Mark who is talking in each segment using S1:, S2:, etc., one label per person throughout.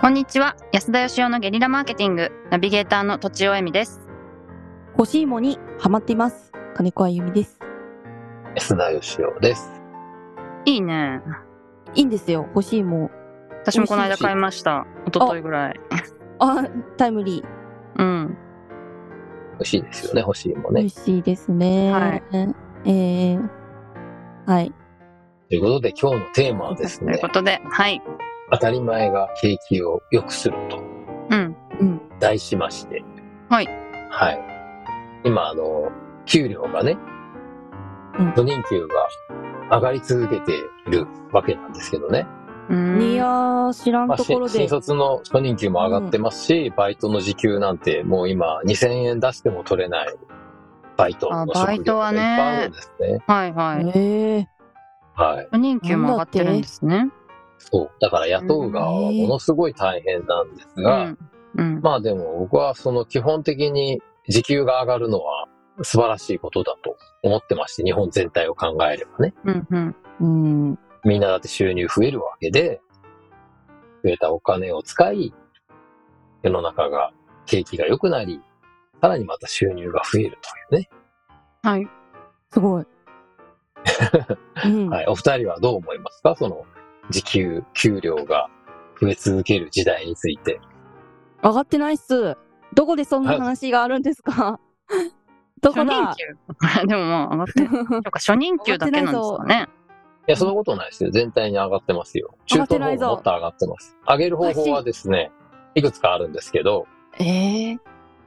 S1: こんにちは安田義雄のゲリラマーケティングナビゲーターの土地尾恵美です
S2: 欲しいもにハマっています。金子あゆみです。
S3: 安田義雄です。
S1: いいね
S2: いいんですよ、欲しいも。
S1: 私もこの間
S3: 美味しい
S1: 買いました一昨日ぐらい
S2: あ、タイムリー。
S1: うん
S3: 欲しいですよね、欲しいも
S2: 美味
S3: ね。
S2: しいですね。
S1: はい。
S2: えー、はい。
S3: ということで今日のテーマはです
S1: という
S3: ね
S1: こ、とではい
S3: 当たり前が景気を良くすると
S1: うん
S3: 題しまして、
S1: はい。
S3: はい。今、あの、給料がね
S2: うん、
S3: 初任給が上がり続けているわけなんですけどね。
S1: う
S2: いや
S1: ーん
S2: ー、知らん
S3: まあ、
S2: と
S3: し
S2: ころで。
S3: 新卒の初任給も上がってますし、バイトの時給なんてもう今2000円出しても取れないバイトの
S1: あバイ
S3: 職
S1: ト
S3: 業
S1: は
S3: がいっ
S1: ね
S3: ぱいあるんですね。
S1: はいはい
S2: えー、
S3: はい。
S1: 初任給も上がってるんですね
S3: そう。だから雇う側はものすごい大変なんです
S1: う
S3: が、
S1: んうん
S3: まあでも僕はその基本的に時給が上がるのは素晴らしいことだと思ってまして、日本全体を考えればね。
S1: うんうん
S2: うん。
S3: みんなだって収入増えるわけで、増えたお金を使い、世の中が、景気が良くなり、さらにまた収入が増えるというね。
S1: はい
S2: す ごい。うん。
S3: はい。お二人はどう思いますかその時給、給料が増え続ける時代について。
S2: 上がってないっす。どこでそんな話があるんで すかど
S1: 初
S2: こ
S1: 任
S2: だ
S1: 給 でももう上がって るとか初任給だけなんですかね
S3: いや、そんなことないですよ。全体に上がってますよ。
S2: 上が
S3: 中
S2: って
S3: 東
S2: な
S3: の
S2: いぞ
S3: 方がもっと上がってます。上げる方法はですね、いくつかあるんですけど、
S2: えー、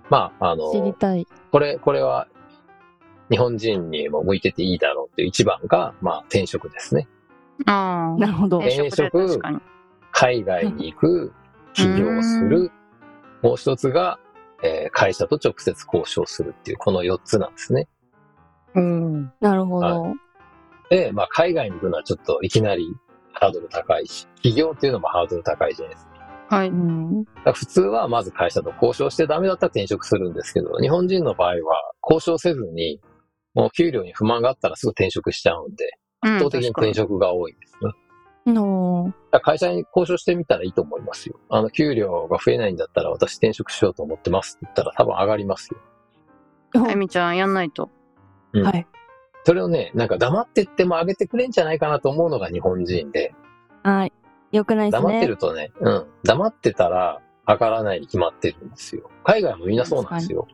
S3: まあ、あ
S2: 知り
S3: の、
S2: たい。
S3: これ、これは、日本人にも向いてていいだろうっていう一番が、まあ、転職ですね。
S1: あ
S2: なるほ
S1: あ
S2: ど。
S3: え
S1: 転職で確かに
S3: 海外に行く、起業する、もう一つが、えー会社と直接交渉するっていう、この4つなんですね。
S1: うん
S2: なるほど。
S3: で、まあ、海外に行くのはちょっといきなりハードル高いし、起業っていうのもハードル高いじゃないですか。
S1: は
S2: う
S1: い
S2: ん。
S3: だから普通はまず会社と交渉してダメだったら転職するんですけど、日本人の場合は交渉せずに、もう給料に不満があったらすぐ転職しちゃうんで、
S1: 圧
S3: 圧倒的に転職が多いですね。
S2: の
S3: だから会社に交渉してみたらいいと思いますよ。あの、給料が増えないんだったら私転職しようと思ってますって言ったら多分上がりますよ。
S1: えみちゃんやんないと
S3: うん
S2: はい。
S3: それをね、なんか黙ってっても上げてくれんじゃないかなと思うのが日本人で、
S2: はい。よくないですね。
S3: 黙ってるとね、うん、黙ってたら上がらないに決まってるんですよ。海外もみんなそうなんですよ。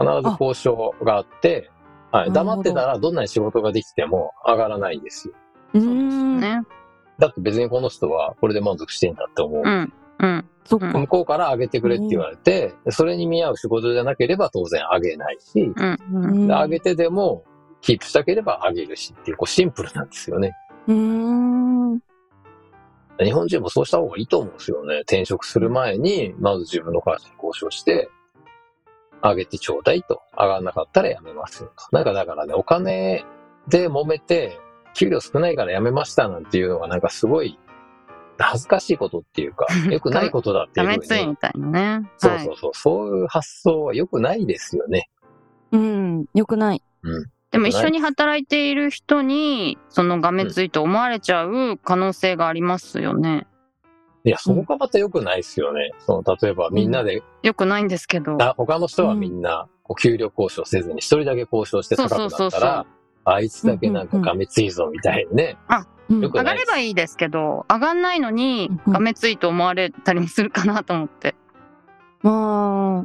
S3: 必ず交渉があって、はい、
S2: なるほ
S3: 黙
S2: ど
S3: ってたらどんなに仕事ができても上がらないんですよ。
S2: うー
S1: そうですよ
S2: ん。
S1: ね
S3: だって別にこの人はこれで満足してんだって思う。
S1: うんうん
S2: そっか。
S3: 向こうから上げてくれって言われて、それに見合う仕事じゃなければ当然上げないし、
S1: うんうん、
S2: うん
S3: 上げてでもキープしたければ上げるしっていう、こうシンプルなんですよね。
S2: うーん。
S3: 日本人もそうした方がいいと思うんですよね。転職する前に、まず自分の会社に交渉して、上げてちょうだいと。上がらなかったらやめますよと。なんかだからね、お金で揉めて、給料少ないからやめましたなんていうのがなんかすごい恥ずかしいことっていうか 良くないことだって
S1: ダ
S3: いうふう
S1: メ
S3: に
S1: ついみたいなね
S3: そう
S1: はい
S3: そうそう。そういう発想は良くないですよね。
S2: うん。よくない。
S1: でも一緒に働いている人にそのがめついと思われちゃう可能性がありますよね
S3: いや、そこがまた良くないですよね。その、例えばみんなで、
S1: よくないんですけど
S3: あ他の人はみんな、こう給料交渉せずに一人だけ交渉して高くなったら、
S1: そうそうそうそう
S3: あいつだけなんかがめついぞみたいにね。
S2: うん
S3: よく
S1: 上
S3: な
S1: が
S3: いで
S1: れ
S3: す
S1: ばいいですけど上がんないのに
S2: うん
S1: がめついと思われたりもするかなと思って
S2: まあ、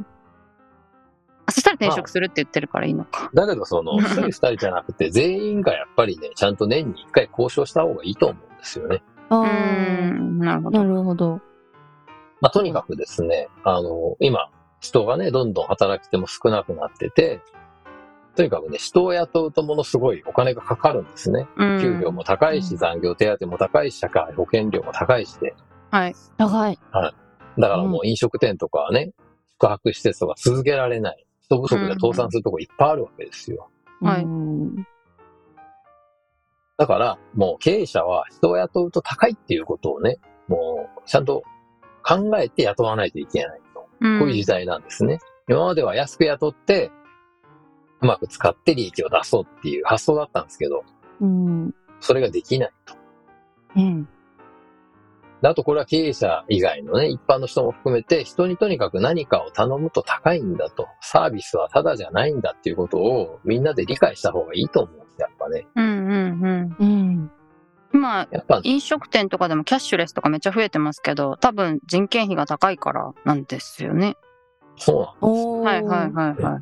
S1: あそしたら転職するって言ってるからいいのか
S3: だけどその、一人二人じゃなくて、全員がやっぱりね、ちゃんと年に一回交渉した方がいいと思うんですよね。
S2: あ
S1: う
S2: ー
S1: ーんなるほど
S2: なるほど。
S3: まあ、とにかくですね、あの、今、人がね、どんどん働き手も少なくなってて、とにかくね、人を雇うとものすごいお金がかかるんですね。
S1: うん
S3: 給料も高いうし、
S2: ん
S3: 残業手当も高いし、社会保険料も高いしで、
S1: はい
S2: 高い。
S3: だからもう飲食店とかはね、宿泊施設とか続けられない。人不足で倒産するとこいっぱいあるわけですよ。
S1: はいう
S2: ーん
S3: だから、もう経営者は人を雇うと高いっていうことをね、もうちゃんと考えて雇わないといけないと。
S1: うん
S3: こういう時代なんですね。今までは安く雇って、うまく使って利益を出そうっていう発想だったんですけど、
S2: うん。
S3: それができないと。
S2: うん。
S3: であとこれは経営者以外のね、一般の人も含めて、人にとにかく何かを頼むと高いんだと、サービスはタダじゃないんだっていうことをみんなで理解した方がいいと思う。やっぱね。
S1: うんうんうん。
S2: うん。
S1: 今、
S3: やっぱ、
S1: 飲食店とかでもキャッシュレスとかめっちゃ増えてますけど、多分人件費が高いからなんですよね。
S3: そうなん
S2: おー
S1: はいはいはいはい。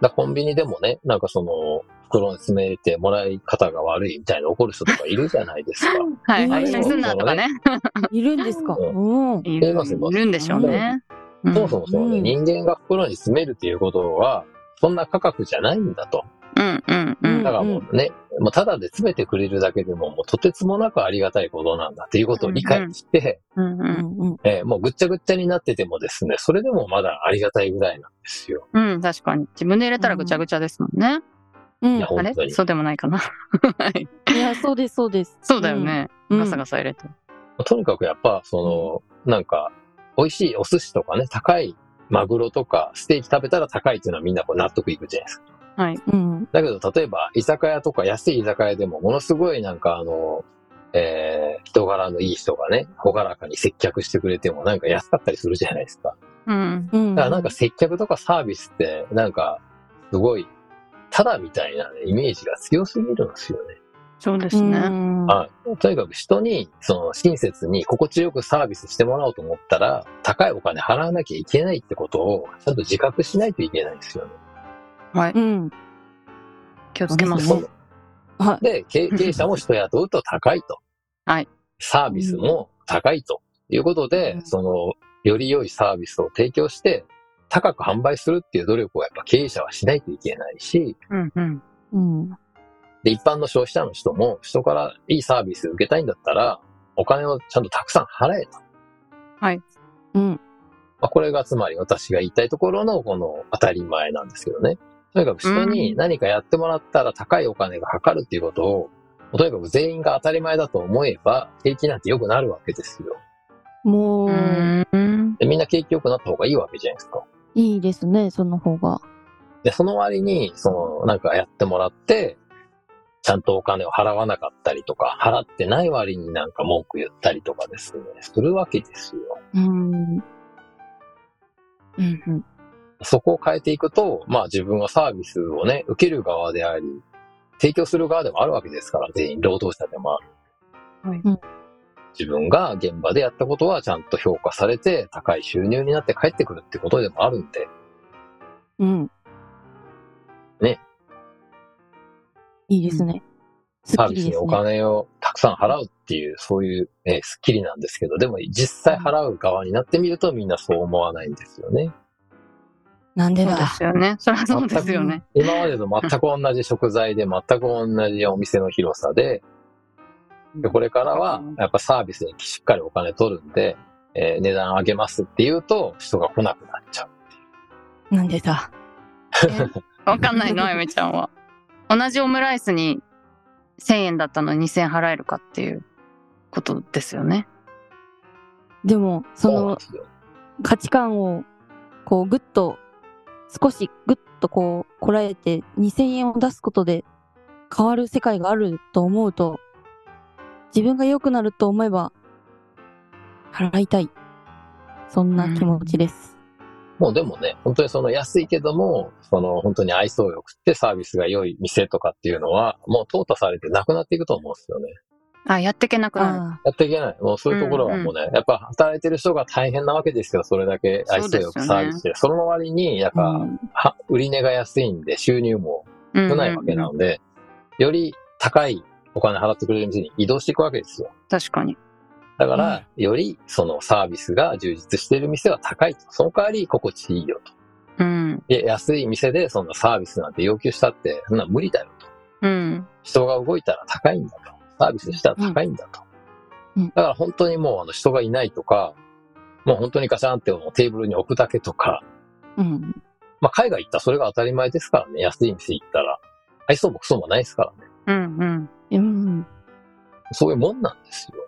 S3: だコンビニでもね、なんかその、袋に詰めてもらい方が悪いみたいな怒る人とかいるじゃないですか。
S1: はいは
S2: う
S1: い。
S2: ん
S1: 一緒にすんなとかね。
S2: いるんですか。
S3: う
S2: うん。
S1: い
S3: い
S1: る
S3: ますいます
S1: いるんでしょうね。うん
S3: そもそもそのね、
S2: うん
S3: 人間が袋に詰めるっていうことは、そんな価格じゃないんだと。
S1: うんうんう
S2: うん
S3: だ。からもうね、もうただで詰めてくれるだけでも、もうとてつもなくありがたいことなんだっていうことを理解して、
S1: うんう
S2: うんんうん。
S3: えーもうぐっちゃぐっちゃになっててもですね、それでもまだありがたいぐらいなんですよ。
S1: うん、確かに。自分で入れたらぐちゃぐちゃですもんね。
S2: うん。
S3: いや、
S2: い
S1: あ
S3: 本
S1: れ
S3: 当に。
S1: そうでもないかな。はい
S2: や、そうです、そうです。
S1: そうだよね。
S2: うん。
S1: ガサガサ入れて。
S3: とにかくやっぱ、その、なんか、美味しいお寿司とかね、高いマグロとか、ステーキ食べたら高いっていうのはみんなこう納得いくじゃないですか。
S1: はい。
S2: うん。
S3: だけど、例えば、居酒屋とか安い居酒屋でも、ものすごいなんかあの、えー、人柄のいい人がね、ほがらかに接客してくれても、なんか安かったりするじゃないですか。
S1: うん。
S2: うん。
S3: だからなんか接客とかサービスって、なんか、すごい、ただみたいなねイメージが強すぎるんですよね。
S1: そうで
S2: う
S1: すね。
S2: ん。
S3: はい。とにかく人に、その、親切に心地よくサービスしてもらおうと思ったら、高いお金払わなきゃいけないってことを、ちゃんと自覚しないといけないんですよね。
S1: はい。
S2: うん。
S1: 気をつけます。
S2: そうは
S3: で、経経営者も人雇うと高いと。
S1: はい。
S3: サービスも高いということで、
S2: うん
S3: その、より良いサービスを提供して、高く販売するっていう努力をやっぱ経営者はしないといけないし、
S1: うんうん。
S2: い。うん。
S3: で、一般の消費者の人も、人からいいサービス受けたいんだったら、お金をちゃんとたくさん払えと。
S2: うん。
S3: まあ、これがつまり私が言いたいところのこの当たり前なんですけどね。とにかく人に何かやってもらったら高いお金がかかるっていうことを、とにかく全員が当たり前だと思えば、景気なんて良くなるわけですよ。
S2: も
S1: う
S2: う、
S1: ん。
S3: でみんな景気良くなった方がいいわけじゃないですか。
S2: いいですね、その方が。
S3: で、その割に、その、なんかやってもらって、ちゃんとお金を払わなかったりとか、払ってない割になんか文句言ったりとかですね、するわけですよ。
S2: うん。うんうん。
S3: そこを変えていくと、まあ自分はサービスをね、受ける側であり、提供する側でもあるわけですから、全員労働者でもある。
S1: はい
S2: うん
S3: 自分が現場でやったことはちゃんと評価されて、高い収入になって帰ってくるってことでもあるんで、
S2: うん。
S3: ね。
S2: いいですね。す
S3: サ
S2: っ
S3: ー
S2: き
S3: ビス
S2: りで
S3: に
S2: す
S3: お
S2: ね。
S3: 金をたくさん払うっていう、そういう、えースッキリなんですけど、でも実際払う側になってみるとみんなそう思わないんですよね。
S2: なんで
S1: そうで
S2: だ。
S1: すよね。そりゃそうですよね。
S3: 今までと全く同じ食材で、全く同じお店の広さで、でこれからは
S1: うん、
S3: やっぱサービスにしっかりお金取るんで、えー値段上げますって言うと、人が来なくなっちゃう。
S2: なんでだ。
S1: わかんないの、あゆめちゃんは。同じオムライスに1000円だったのに2000円払えるかっていうことですよね。
S2: でも、そ
S3: そうなん
S2: の
S3: ですよ
S2: 価値観を、こう、ぐっと、少しぐっとこう、こらえて、2000円を出すことで、変わる世界があると思うと、自分が良くなると思えば、払いたい。そんな気持ちです。
S3: もうでもね、本当にその安いけども、その本当に愛想よくってサービスが良い店とかっていうのは、もう淘汰されてなくなっていくと思うんですよね。
S1: あ、やってけなくなる。
S2: あ
S3: やっていけない。もうそういうところはもうね、やっぱ働いてる人が大変なわけですけど、それだけ愛想よくサービスして、そ,、の割に、やっ
S2: あ。
S3: ぱ、
S2: うん
S3: は売り値が安いんで収入も
S1: うん
S3: 少ないわけなので、より高いお金払ってくれる店に移動していくわけですよ。
S1: 確かに。
S3: だから、よりそのサービスが充実している店は高いと。その代わり心地いいよと。
S1: うん。
S3: で、安い店でそんなサービスなんて要求したって、そんな無理だよと。
S1: うん。
S3: 人が動いたら高いんだと。サービスしたら高いんだと。
S2: うん
S3: だから本当にもうあの人がいないとか、もう本当にガシャンってテーブルに置くだけとか、
S2: うん。
S3: まあ海外行ったらそれが当たり前ですからね。安い店行ったら。愛想もクソもないですからね。
S1: うん。うん。
S2: うん。
S3: そういうもんなんですよ。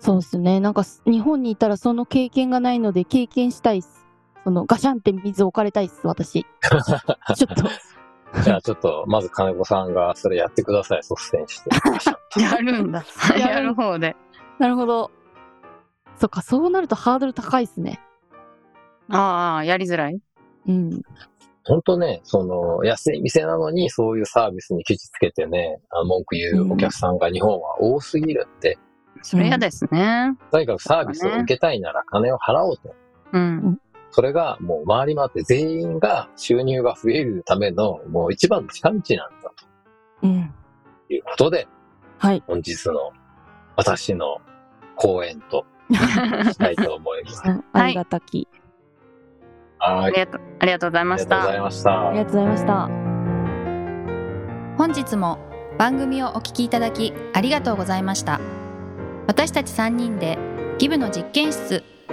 S2: そうですね。なんかす、日本にいたらその経験がないので、経験したいっす。その、ガシャンって水置かれたいっす、私。ちょっと。
S3: じゃあちょっと、まず金子さんがそれやってください、率先して。
S1: やる んだ。
S2: やる
S1: やる方で。
S2: なるほど。そっか、そうなるとハードル高いですね。
S1: ああ、やりづらい。
S2: うん。
S3: 本当ね、その、安い店なのにそういうサービスにケチつけてね、あの文句言うお客さんが日本は多すぎるんで、
S1: それ嫌ですね。
S3: とにかくサービスを受けたいなら金を払おうと。
S1: うん。
S3: それがもう回り回って全員が収入が増えるためのもう一番の近道なんだ
S2: うん。
S3: ということで、
S2: はい。
S3: 本日の私の講演としたいと思 います。
S2: うんありがたき。
S3: は
S1: あ
S3: い。
S1: りがとう、 ありがとうござい
S3: あ
S1: ま
S3: り
S1: し
S3: がとうござ
S1: た
S3: い。ました
S2: あり。がとうございました。
S4: 本日も番組をお聞きいただきありがとうございました私たち3人でギブの実験室